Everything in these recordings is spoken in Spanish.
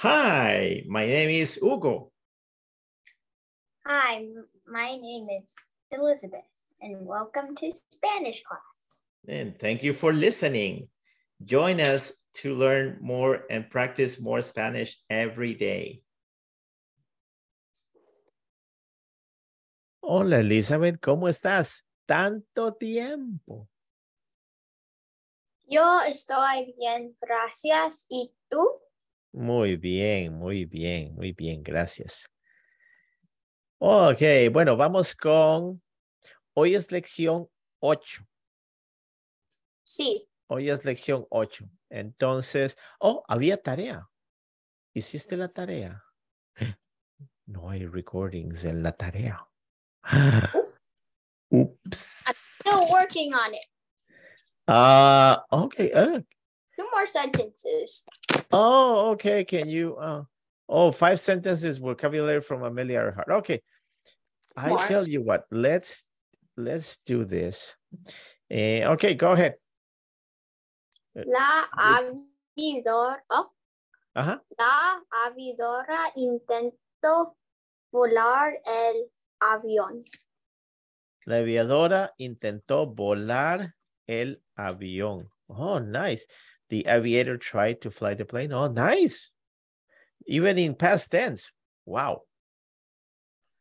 Hi, my name is Hugo. Hi, m- my name is Elizabeth, and welcome to Spanish class. And thank you for listening. Join us to learn more and practice more Spanish every day. Hola Elizabeth, ¿cómo estás? Tanto tiempo. Yo estoy bien, gracias. ¿Y tú? Muy bien, muy bien, muy bien, gracias. Ok, bueno, vamos con, hoy es lección 8, Sí. hoy es lección 8. Entonces, oh, había tarea. ¿Hiciste la tarea? No hay recordings en la tarea. Ups. Still working on it. Ah, ok. ah, Two more sentences. Oh, okay. Can you? Uh, oh, five sentences vocabulary from Amelia Earhart. Okay, I Mark. tell you what. Let's let's do this. Eh, okay, go ahead. La avidora, oh, Uh huh. la avidora intentó volar el avión. La aviadora intentó volar el avión. Oh, nice. The aviator tried to fly the plane. Oh, nice. Even in past tense. Wow.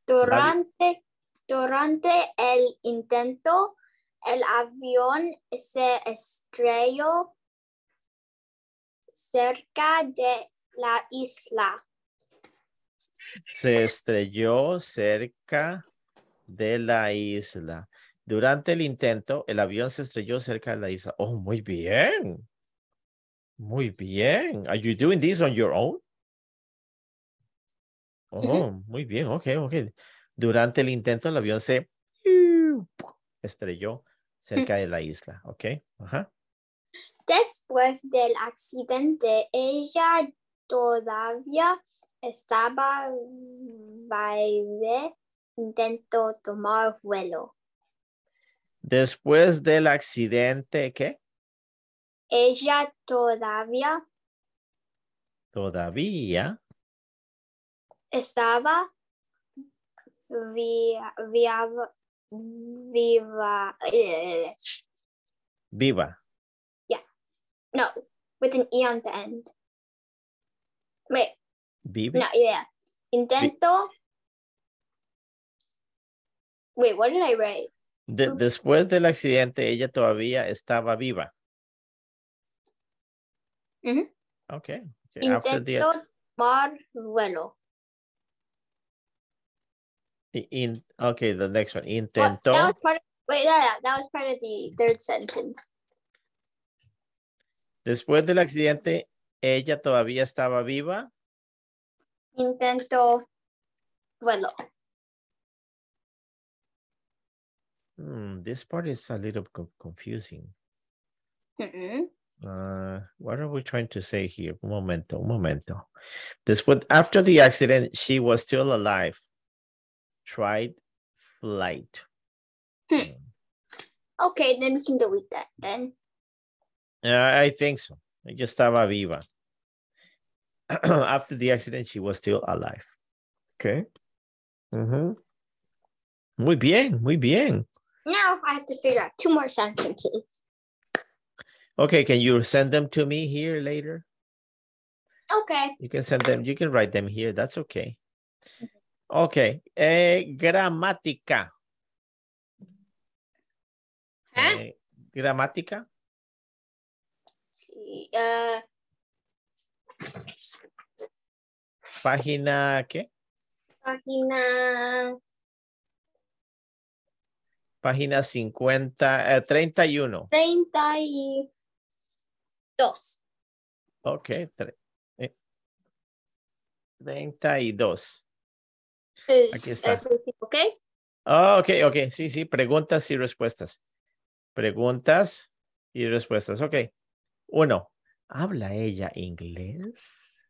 Durante, durante el intento, el avión se estrelló cerca de la isla. se estrelló cerca de la isla. Durante el intento, el avión se estrelló cerca de la isla. Oh, muy bien. Muy bien. Are you doing this on your own? Oh, muy bien. Ok, ok. Durante el intento, el avión se estrelló cerca de la isla. Ok. Ajá. Después del accidente, ella todavía estaba baile, intentó tomar vuelo. Después del accidente, ¿qué? Ella todavía Todavía estaba via, viava- viva, eh, viva. no, with an E on the end. Wait, Vive. no, yeah. Intento. Wait, what did I write? De- Ups. después del accidente, ella todavía estaba viva. Ujú. Okay. okay, after the- Intento tomar vuelo. i- in- okay, the next one. Well, Intentó, that was part of, wait, that, that was part of the third sentence. después del accidente, ella todavía estaba viva. Intento vuelo. Hmm, this part is a little co- confusing. Mm-mm. Uh, what are we trying to say here? Un momento, un momento. Después, after the accident, she was still alive. Tried flight. Hmm. Okay, then we can delete that then. Uh, I think so. Ella estaba viva. After the accident, she was still alive. Okay. Ujú. Muy bien, muy bien. Now I have to figure out two more sentences. Okay, can you send them to me here later? Okay. You can send them, you can write them here. That's okay. Okay. Eh, gramática. Huh? Eh, gramática. See, uh, Página, ¿qué? página Página 50, eh, 31. 32. Okay. tre- eh, 32. Es- Aquí está. everything Okay. Ah, ok, ok, sí, sí, preguntas y respuestas. Preguntas y respuestas, ok. Uno, ¿habla ella inglés?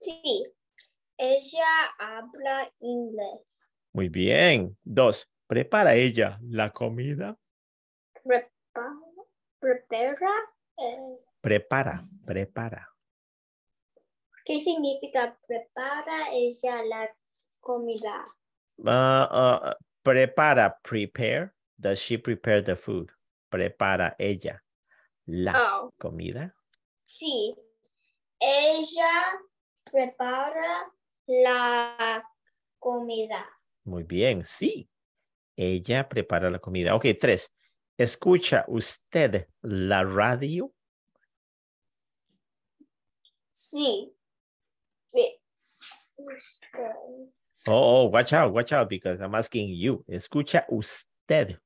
Sí. Ella habla inglés. Muy bien. Dos, ¿prepara ella la comida? Prepara. Prepara. eh, Prepara, prepara. ¿Qué significa prepara ella la comida? Uh, uh, prepara, prepare. Does she prepare the food? Prepara ella la Oh, comida. sí. Ella prepara la comida. Muy bien, sí. Ella prepara la comida. Ok, tres. ¿Escucha usted la radio? Sí. Ve- Usted. Oh, oh, watch out, watch out, because I'm asking you. ¿Escucha usted?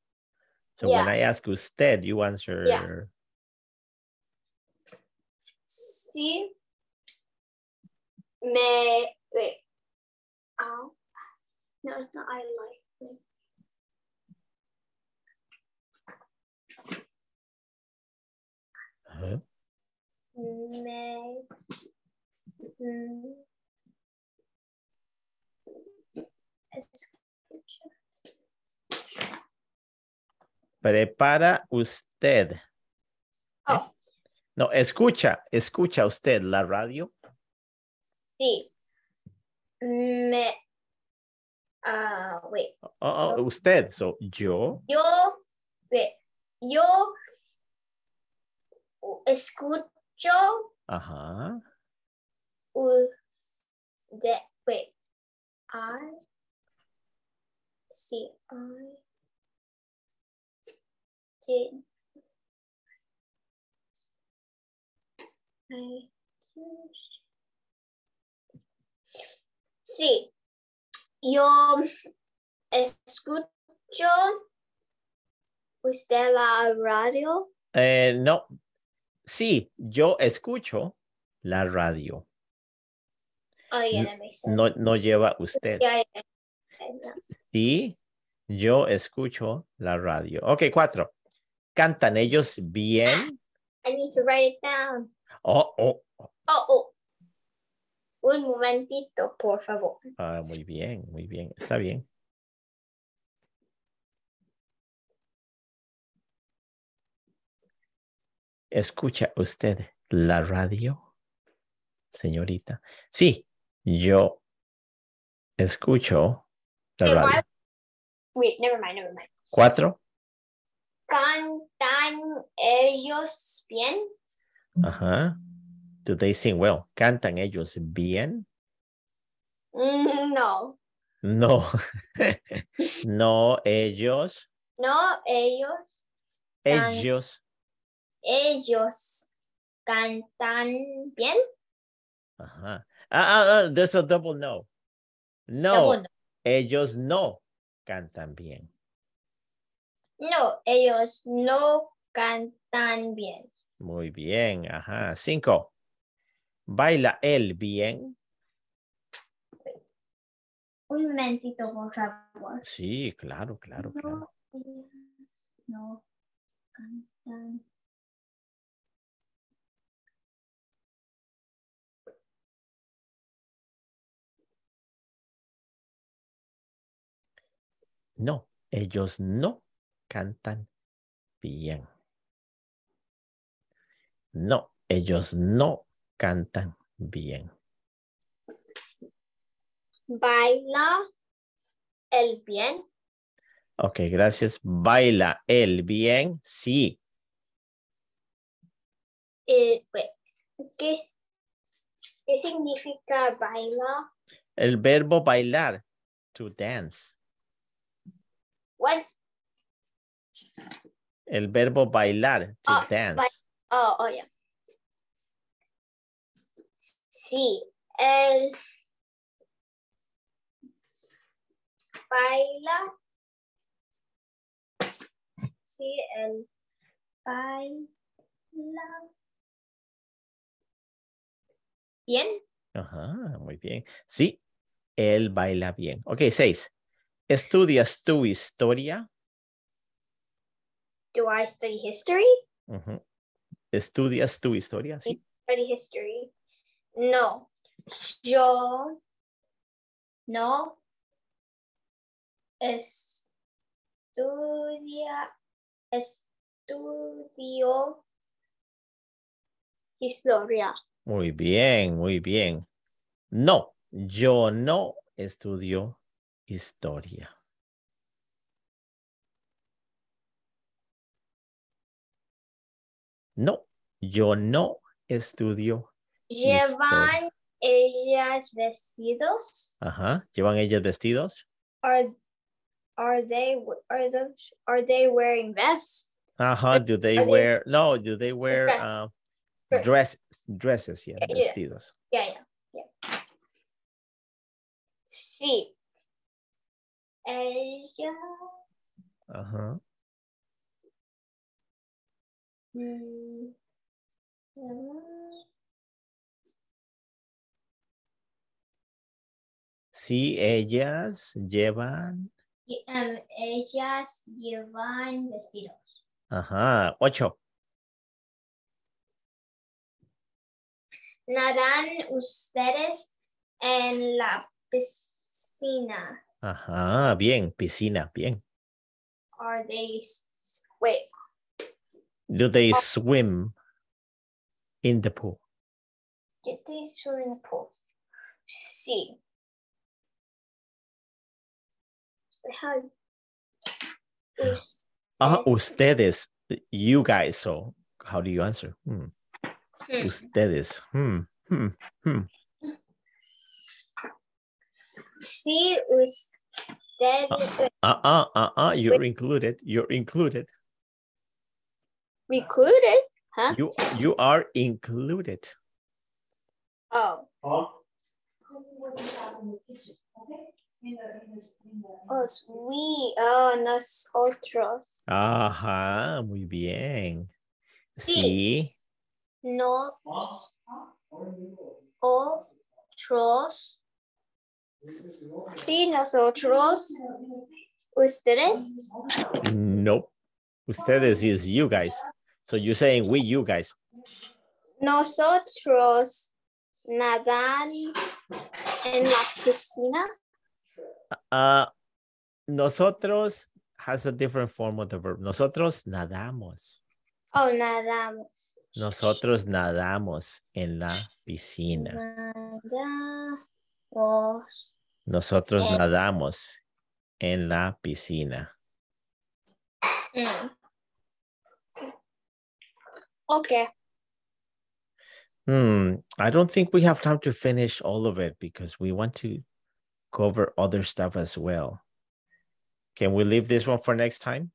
So when Yeah. I ask usted, you answer. Sí. Me. Wait. Oh. No, it's not I like. Wait. Ajá. Me. Mm. Escucha. Prepara usted. ¿eh? Oh. No, escucha, escucha usted la radio. Sí. Me. Ah, wait. Oh, oh, No. usted. So yo. Yo, ve, yo escucho Ajá. usted, wait, I, sí, I, did, I, sí, yo escucho usted la radio, Eh, no. Sí, yo escucho la radio. oh yeah, N- that makes sense. No, no lleva usted. Yeah, yeah, yeah. Sí, yo escucho la radio. Ok, cuatro. ¿Cantan ellos bien? I need to write it down. Oh, oh. Oh, oh. Un momentito, por favor. Ah, muy bien, muy bien. Está bien. ¿Escucha usted la radio, señorita? Sí, yo escucho la Wait, why- radio. Wait, never mind, never mind. Cuatro. ¿Cantan ellos bien? Ajá. Do they sing well? ¿Cantan ellos bien? Mm, No. No. No, ellos, No, ellos. Can- ellos. Ellos cantan bien. Ajá. Ah, ah, ah, there's a double no. No, Double ellos no cantan bien. No, No, ellos no cantan bien. Muy bien, ajá. Cinco. Baila él bien. Un momentito, por favor. Sí, claro, claro, claro. No, ellos no cantan. No, ellos no cantan bien. No, ellos no cantan bien. Baila el bien. Ok, gracias. Baila él bien. Sí. Eh, wait, ¿qué, ¿Qué significa bailar? El verbo bailar, to dance. What? El verbo bailar, to Ah, dance. Oh, oh, yeah. Sí, el baila. Sí, el baila. Bien. Ajá, muy bien. Sí, él baila bien. Ok, seis. ¿Estudias tu historia? Do I study history? Ujú. ¿Estudias tu historia? Sí. study history. No. Yo no estudia estudio historia. Muy bien, muy bien. No, yo no estudio historia. No, yo no estudio. ¿Llevan ellas vestidos? Ajá. ¿Llevan ellas vestidos? Are, are, they, are, those, are they wearing vests? Ajá. Do they Are they- wear? No. Do they wear uh, Dress. dress, dresses? Yeah, Yeah, yeah. vestidos. Ya, ya, ya. Sí. Ella Ajá. mm, mm, Sí, ellas llevan. y, em, ellas llevan vestidos. Ajá. Ocho. Nadan ustedes en la piscina. Ajá. Bien. Piscina. Bien. Are they s- wait? Do they Oh. swim in the pool? Did they swim in the pool? Sí. How? Us- Ah, Oh. ustedes. You guys. So, how do you answer? Hmm. hmm. Ustedes. Hmm. Hmm. Sí, ustedes. Uh uh uh uh. You're included. You're included. Recruited? You you are included. Oh. Os we, oh, nosotros. Ajá, muy bien. Sí. Sí. No. Otros. Sí, nosotros. Ustedes. Nope. Ustedes is you guys. So you're saying we you guys. Nosotros nadan en la piscina. Uh nosotros has a different form of the verb. Nosotros nadamos. Oh, nadamos. Nosotros nadamos en la piscina. Nadamos. Nosotros Eh. nadamos en la piscina. Mm. Okay. Hmm. I don't think we have time to finish all of it because we want to cover other stuff as well. Can we leave this one for next time?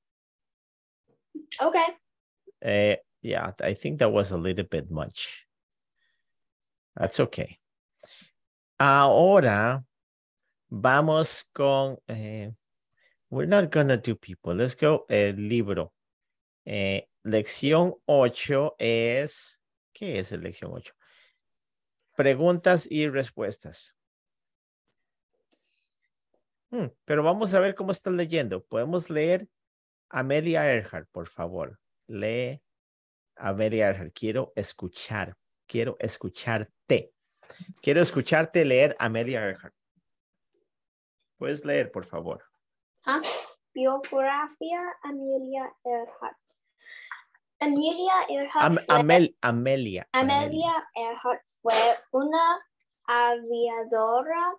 Okay. Uh, yeah, I think that was a little bit much. That's okay. Ahora vamos con. eh, we're not gonna do people. Let's go. El libro. Eh, lección 8 es. ¿Qué es el lección 8? Preguntas y respuestas. Hmm, pero vamos a ver cómo estás leyendo. Podemos leer Amelia Earhart, por favor. Lee Amelia Earhart. Quiero escuchar. Quiero escucharte. Quiero escucharte leer Amelia Earhart. Puedes leer, por favor. Huh? Biografía Amelia Earhart. Amelia Earhart. Am- fue- Amel- Amelia. Amelia Earhart fue una aviadora,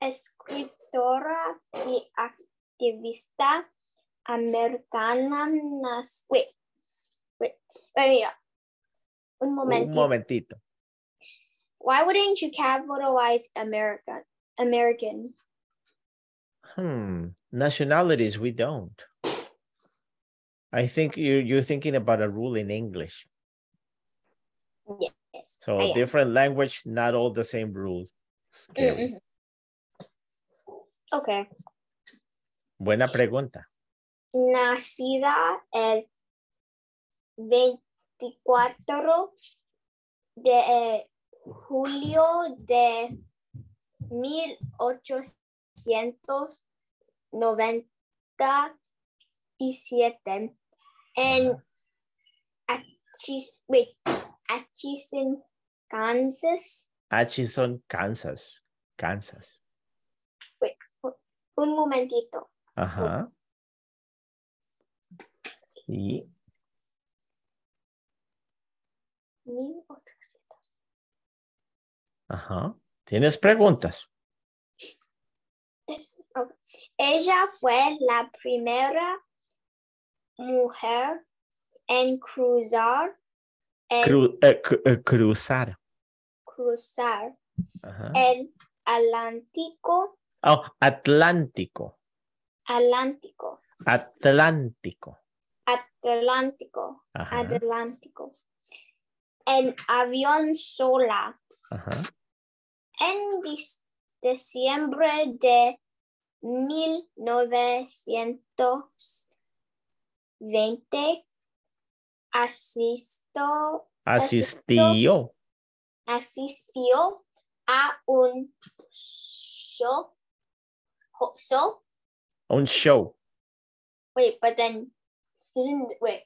escritora y activista americana. nas- Wait, wait, wait, mira. Un Un momentito. momentito. Why wouldn't you capitalize American? American. Hmm. Nationalities, we don't. I think you, you're thinking about a rule in English. Yes. So I am. different language, not all the same rules. Mm, Okay. mhm. Okay. Buena pregunta. Nacida el 24 de eh, julio de 1897 en Atchis, wait, Atchison, Kansas. Atchison, Kansas. Kansas. Un momentito. Ajá. Sí. 1800. Ajá. ¿Tienes preguntas? Ella fue la primera mujer en cruzar, el- Cru- eh, cru- eh, cruzar. cruzar Ajá. el Atlántico, Oh, Atlántico. Atlántico, Atlántico. Atlántico, Ajá, Atlántico, en avión sola ajá. en dis- diciembre de 1920 asisto Asistió. asistió a un show. ho- show? Un show. Wait, but then isn't wait.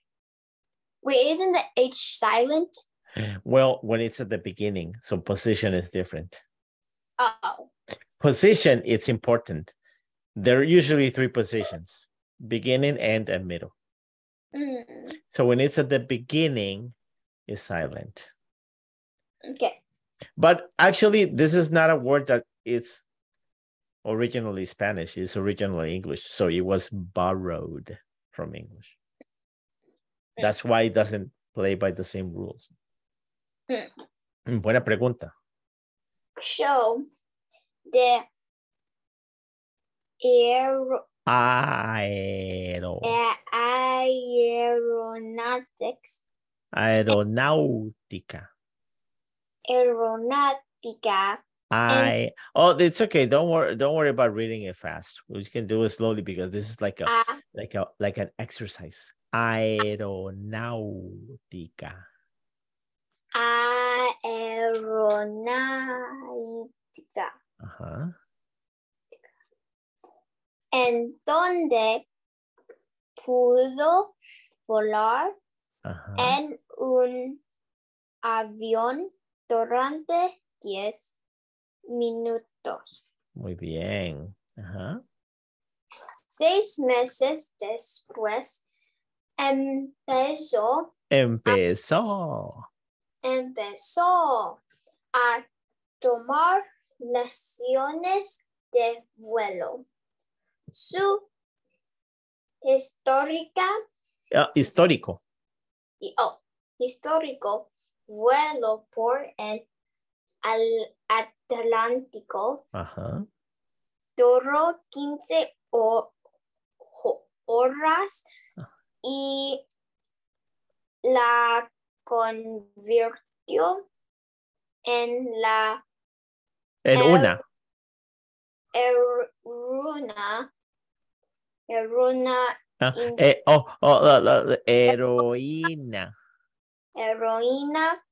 Wait, isn't the H silent? Well, when it's at the beginning, so position is different. Oh, Position, it's important. There are usually three positions beginning, end, and middle. mm, So when it's at the beginning, it's silent. okay. But actually, this is not a word that is originally Spanish. It's originally English. So it was borrowed from English. Mm. That's why it doesn't play by the same rules. Mm. Mm, Buena pregunta. Show the aer- Aero, a- aeronautics aeronáutica. aeronáutica I oh, it's okay. Don't worry. Don't worry about reading it fast. We can do it slowly because this is like a a like a like an exercise. Aeronáutica. aeronáutica. Ajá. en donde pudo volar Ajá. en un avión durante 10 minutos. Muy bien. Ajá. Seis meses después empezó, Empezó. empezó a tomar lecciones de vuelo. Su histórica Ah, histórico. y- oh, histórico vuelo por el al- Atlántico Ajá. duró 15 ho- ho- horas y la convirtió en la En Eh, una. eruna eruna Ah, in- Eh, eh, oh, oh, la- la- la heroína. heroína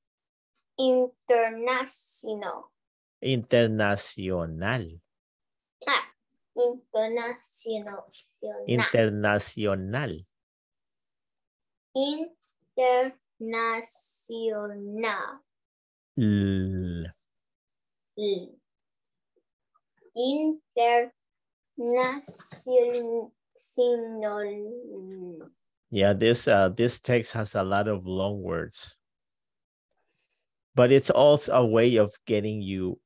internacional. Internacional. Ah, internacional. Internacional. internacional. L- Internacional. Yeah, this uh this text has a lot of long words. But it's also a way of getting you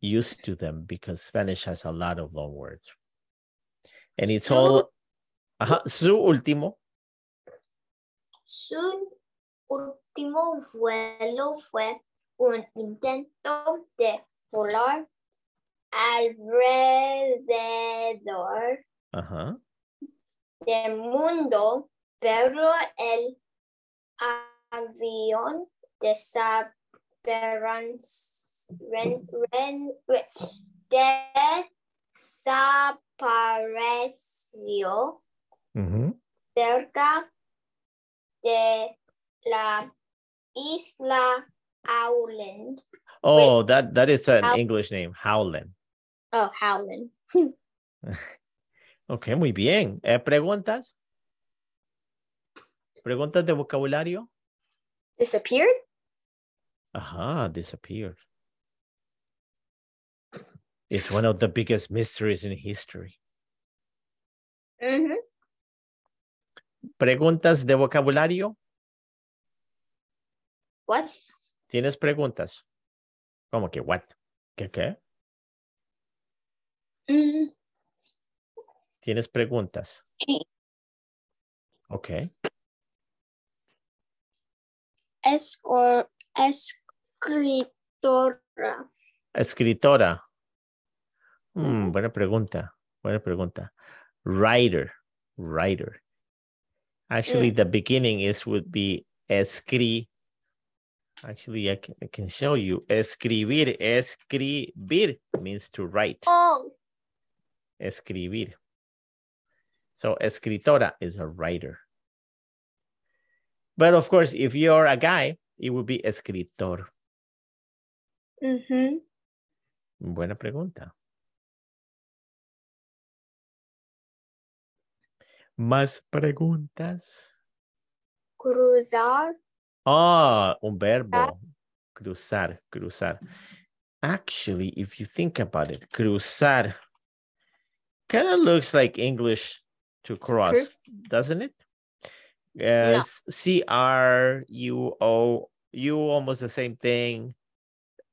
used to them because Spanish has a lot of long words. And it's Su- all Ajá, su último Su último vuelo fue un intento de volar alrededor Ajá. del mundo, pero el avión desaparanz- ren- ren- re- desapareció Ujú. cerca de la isla Howland. Oh, that that is an How- English name, Howland. Oh, Howland. Okay, muy bien. Eh, preguntas? Preguntas de vocabulario? Disappeared? Aha, disappeared. It's one of the biggest mysteries in history. Mhm. Preguntas de vocabulario. What? ¿Tienes preguntas? ¿Cómo que what? ¿Qué qué? Mm, ¿Tienes preguntas? Sí. Ok. escor- escritora. Escritora. Mm, buena pregunta. Buena pregunta. Writer. Writer. Actually, the beginning is would be escri. Actually, I can, I can show you. Escribir. Escribir means to write. Oh, Escribir. So, escritora is a writer. But of course, if you're a guy, it would be escritor. Mm-hmm. Ujú. Buena pregunta. Más preguntas. Cruzar. Ah, un verbo. Cruzar, cruzar. Actually, if you think about it, cruzar kind of looks like English to cross, doesn't it? Uh, C R U O U almost the same thing.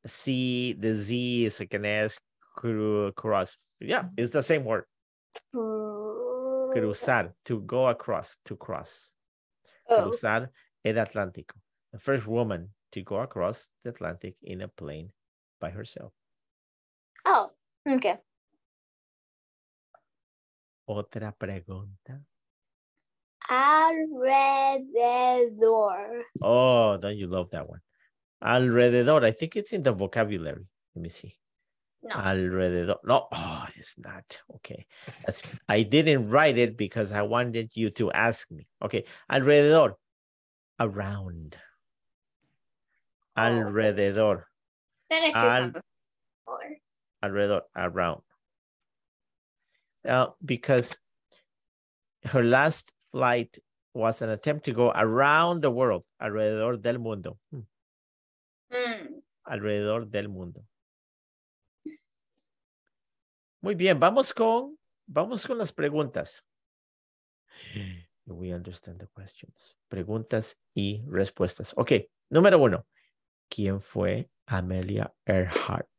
C the Z is like an S cru, cross. Yeah, it's the same word. Cru- Cruzar to go across to cross. Oh. cruzar el Atlántico. The first woman to go across the Atlantic in a plane by herself. oh, okay. Otra pregunta. Alrededor. Oh, don't you love that one? Alrededor. I think it's in the vocabulary. Let me see. No. Alrededor. No, oh, it's not. Okay. That's, I didn't write it because I wanted you to ask me. Okay. Alrededor. Around. Oh. Alrededor. then I Al- drew some more. alrededor, around. Uh, because her last flight was an attempt to go around the world, alrededor del mundo, Hmm, Mm. alrededor del mundo. Muy bien, vamos con, vamos con las preguntas. We understand the questions. Preguntas y respuestas. Ok, número uno. ¿Quién fue Amelia Earhart?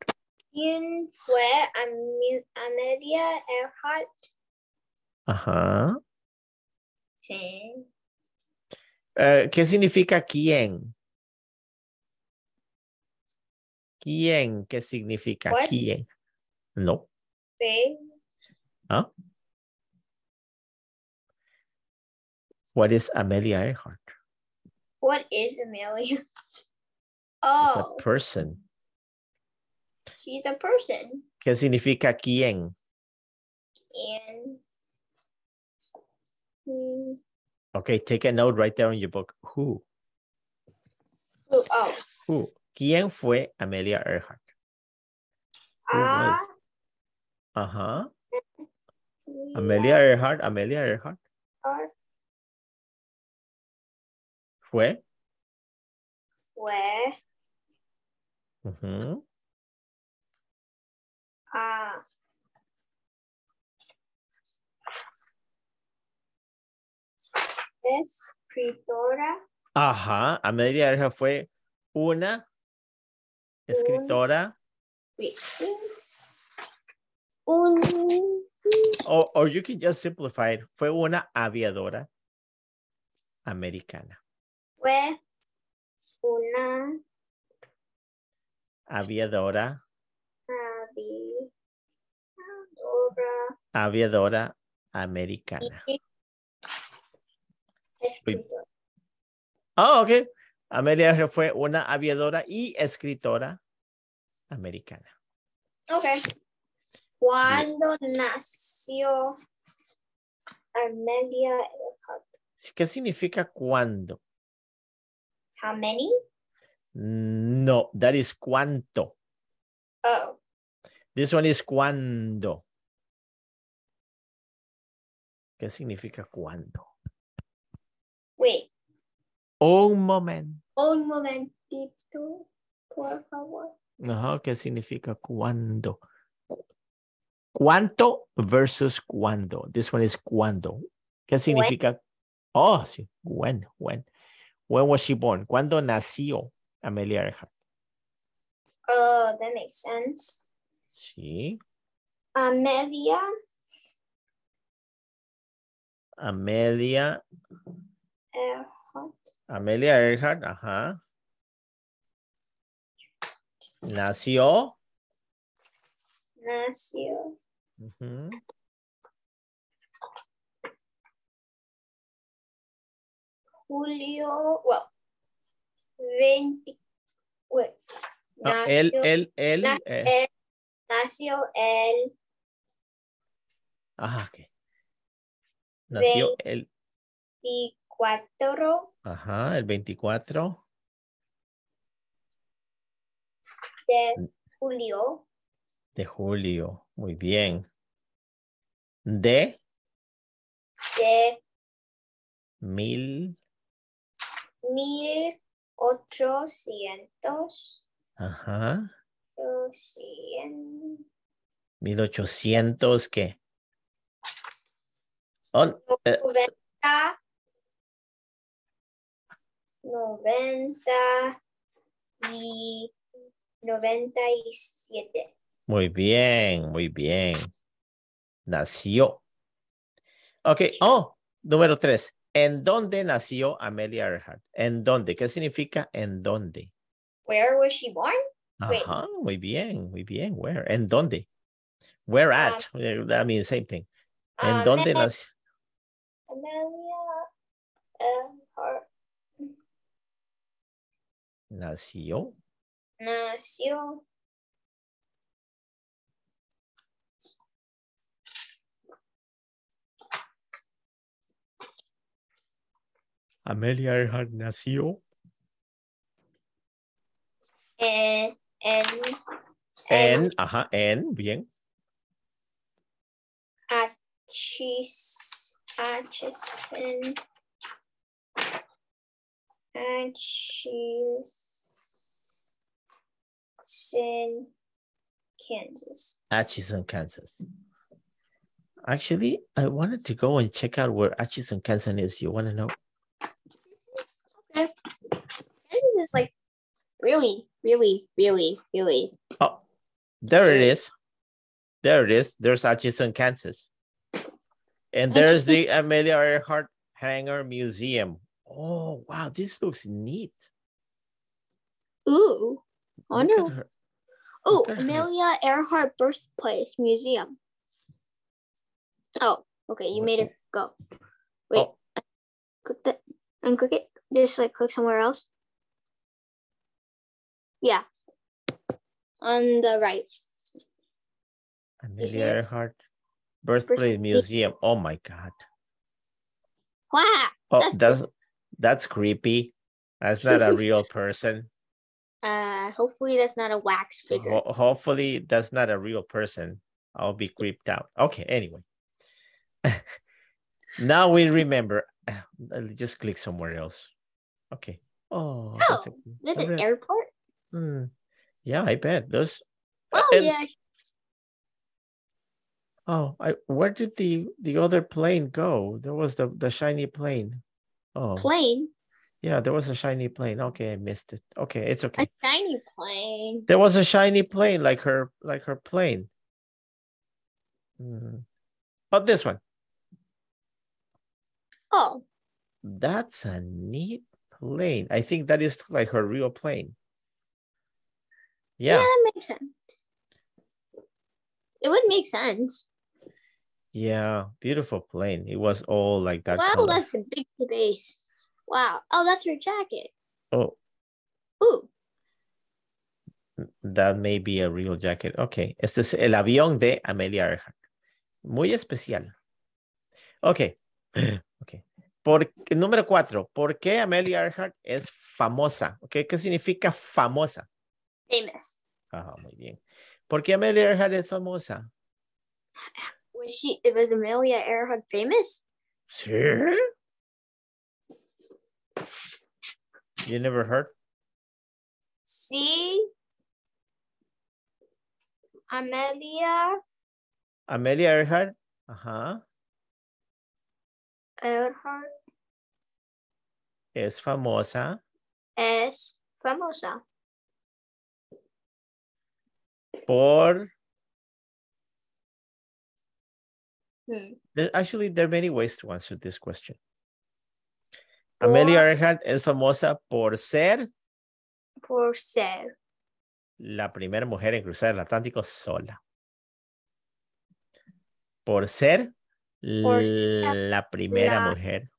¿Quién fue Ami- Amelia Earhart? Ajá. Sí. Eh, ¿qué significa quién? ¿Quién? ¿Qué significa What? quién? No. Sí. What is Amelia Earhart? What is Amelia? It's Oh, a person. she's a person. ¿Qué significa quién? And Mm, Okay, take a note right there on your book. Who? who- oh, Who? ¿Quién fue Amelia Earhart? Who ah, was? Ajá. we Amelia Earhart, Amelia Earhart. are- Fue. Where? ujú, Ah. Escritora. Ajá. Amelia Earhart fue una escritora. Wait. Un. O- or you can just simplify it. Fue una aviadora americana. Fue una Aviadora, aviadora aviadora y americana. escritora. Ah, ok. Amelia Earhart fue una aviadora y escritora americana. Okay. ¿Cuándo nació Amelia Earhart? ¿Qué significa cuándo? How many? No, that is cuánto. Oh, This one is cuándo. ¿Qué significa cuándo? wait. Un momento. Un momentito, por favor. Ajá, ¿qué significa cuándo? Cu- ¿Cuánto versus cuándo? This one is cuándo. ¿Qué significa? Oh, sí. When, when. When was she born? ¿Cuándo nació Amelia Earhart? Oh, that makes sense. Sí. Amelia. Amelia, Uh, Amelia Earhart, ajá. Nació. nació. Ujú. Julio. Well, 20. Wait. No, él, nació- él, él. na- eh, él nació el Ajá, ok. Nació el, 24 ajá, el 24 de julio de julio. Muy bien. De de mil, 1800. ajá, 800, mil ochocientos, ¿qué? Oh, Eh. 90, 90 y 97. muy bien, muy bien. Nació. Ok, oh, número tres. ¿En dónde nació Amelia Earhart? ¿En dónde? ¿Qué significa en dónde? Where was she born? Wait. Ajá, muy bien, muy bien. Where? ¿En dónde? Where Ah. at? Eh, That means same thing. ¿En Um, dónde nació? Amelia eh, Earhart Nació. nació Amelia Earhart nació. en, eh, en, en En, ajá, en, bien. Atchis, Atchison, Atchison, Kansas. Atchison, Kansas. Actually, I wanted to go and check out where Atchison, Kansas is. You want to know? This is like really, really, really, really. Oh, there it Sorry. is. There it is. There's Atchison, Kansas. And there's the Amelia Earhart Hangar Museum. Oh, wow. This looks neat. Ooh. Oh Look at no. her. Oh, at her. Amelia Earhart Birthplace Museum. Oh, okay. You made it go. Wait. Oh. Click that. Unclick it. Just like click somewhere else. Yeah. On the right. see Amelia it? Earhart Birthplace Birthplace. Museum. Oh my God. Wow. Oh, That's- that's that's creepy. That's not a real person. Uh, hopefully that's not a Uh-huh. wax figure. Ho- hopefully, that's not a real person. I'll be creeped out. Okay, anyway. now we remember. Ah, I'll just click somewhere else. Okay. Oh, that's a- There's I an bet. airport. Hmm. yeah, I bet. Those. Oh Uh, and- yeah. Oh, I, where did the the other plane go? There was the the shiny plane. Oh, Plane. yeah, there was a shiny plane. Okay, I missed it. Okay, it's okay. A shiny plane. There was a shiny plane, like her, like her plane. Mm. Oh, this one. Oh. That's a neat plane. I think that is like her real plane. Yeah. Yeah, that makes sense. It would make sense. yeah, beautiful plane. It was all like that. Wow, color. that's a big base. Wow. Oh, that's her jacket. Oh, Ooh. that may be a real jacket. Okay, este es el avión de Amelia Earhart. Muy especial. Ok, ok. Por, número cuatro, ¿por qué Amelia Earhart es famosa? Okay, ¿Qué significa famosa? Famous. Ajá, muy bien. ¿Por qué Amelia Earhart es famosa? Was she? It was Amelia Earhart famous? Sí. You never heard? See, Amelia Amelia Earhart. Ajá. Earhart Es famosa es famosa por... Hmm. There, actually, there are many ways to answer this question. Amelia Earhart es famosa por ser Por ser. la primera mujer en cruzar el Atlántico sola. Por ser Por ser la primera la- mujer.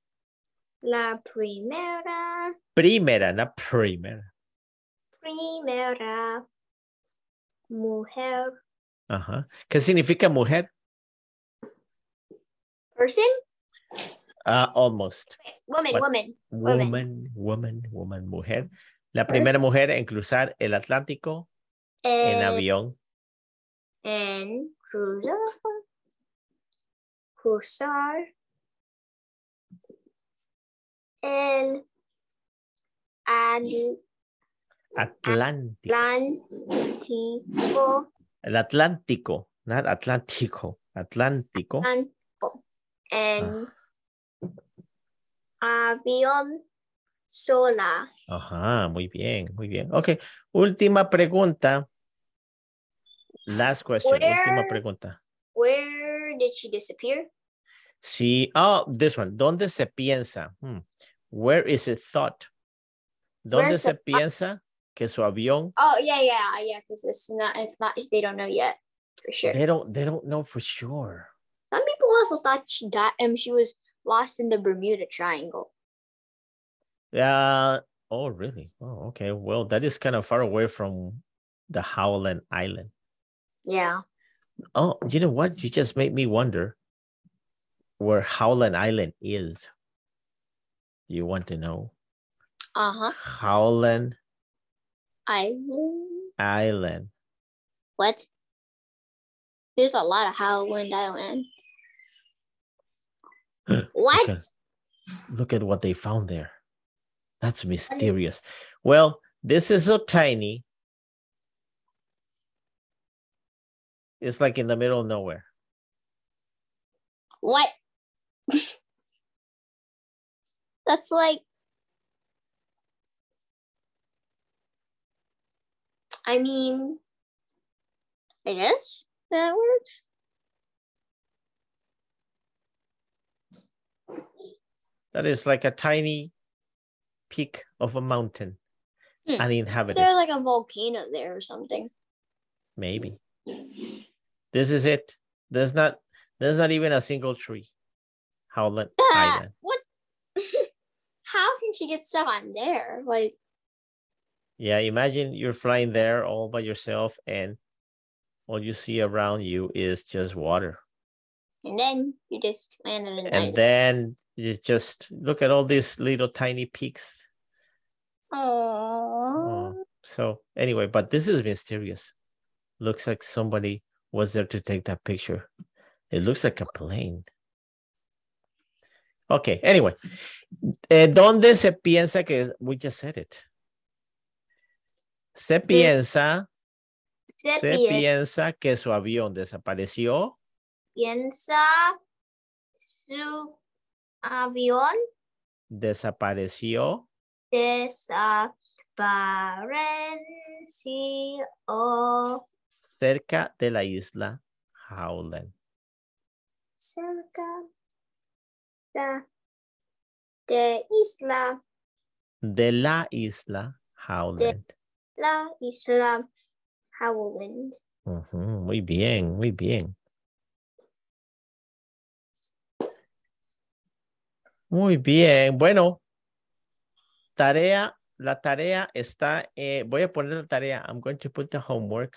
La primera. Primera, no primera. Primera. Mujer. Ajá. ¿Qué significa mujer? Person? Ah, almost. Woman, What? woman. Woman. Woman, woman, woman, mujer. La primera mujer en cruzar el Atlántico en Eh, avión. And cruiser. Cruzar. El. Atlántico. Atlántico. El Atlántico. Not Atlántico. Atlántico. And and avión sola. Ajá, muy bien, muy bien. Ok, última pregunta. Last question, última Where- pregunta. Where did she disappear? Sí, oh, this one. ¿Dónde se piensa? Hmm, Where is it thought? ¿Dónde Where's se the thought? piensa que su avión? Oh yeah, yeah, yeah. Because it's not. It's not. They don't know yet for sure. They don't, they don't know for sure. Some people also thought she died. Um, she was lost in the Bermuda Triangle. Uh, oh, really? Oh, okay. Well, that is kind of far away from the Howland Island. Yeah. Oh, you know what? You just made me wonder where Howland Island is. You want to know? Uh huh. Howland I. Island. What? There's a lot of Howland Island. what? Okay. Look at what they found there. That's mysterious. Well, this is so tiny. It's like in the middle of nowhere. What? That's like. I mean, I guess that works. That is like a tiny peak of a mountain. Hmm. Uninhabited, There's like a volcano there or something. maybe. This is it. There's not there's not even a single tree. Howland Ah, Island. what? How can she get stuff on there? Like, Yeah, imagine you're flying there all by yourself and all you see around you is just water. and then you just land on an And island. then you just look at all these little tiny peaks. Oh. Aww. So anyway, but this is mysterious. Looks like somebody was there to take that picture. It looks like a plane. Okay, anyway. Eh, ¿Dónde se piensa que es? We just said it. Se piensa, se piensa que su avión desapareció piensa su avión desapareció desapareció cerca de la isla Howland. cerca de, de isla, De la isla Howland. la isla Howland. Ujú, muy bien, muy bien. Muy bien. Bueno, tarea, la tarea está, eh, voy a poner la tarea. I'm going to put the homework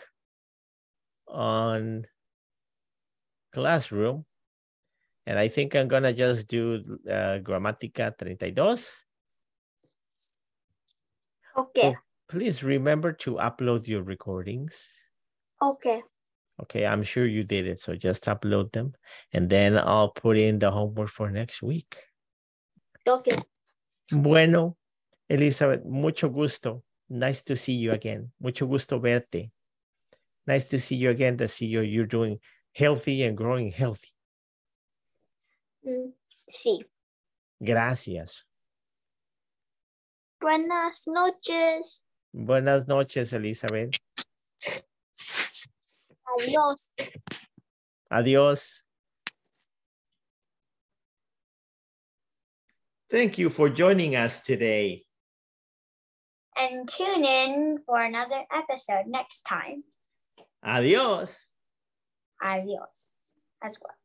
on classroom. And I think I'm gonna just do uh, gramática 32. Okay, Please remember to upload your recordings. okay, Okay, I'm sure you did it. So just upload them and then I'll put in the homework for next week. okay. Bueno, Elizabeth, mucho gusto. Nice to see you again. Mucho gusto verte. Nice to see you again. To see you, you're doing healthy and growing healthy. Mm, Sí. Gracias. Buenas noches. Buenas noches, Elizabeth. Adiós. Adiós. Thank you for joining us today. And tune in for another episode next time. Adiós. Adios as well.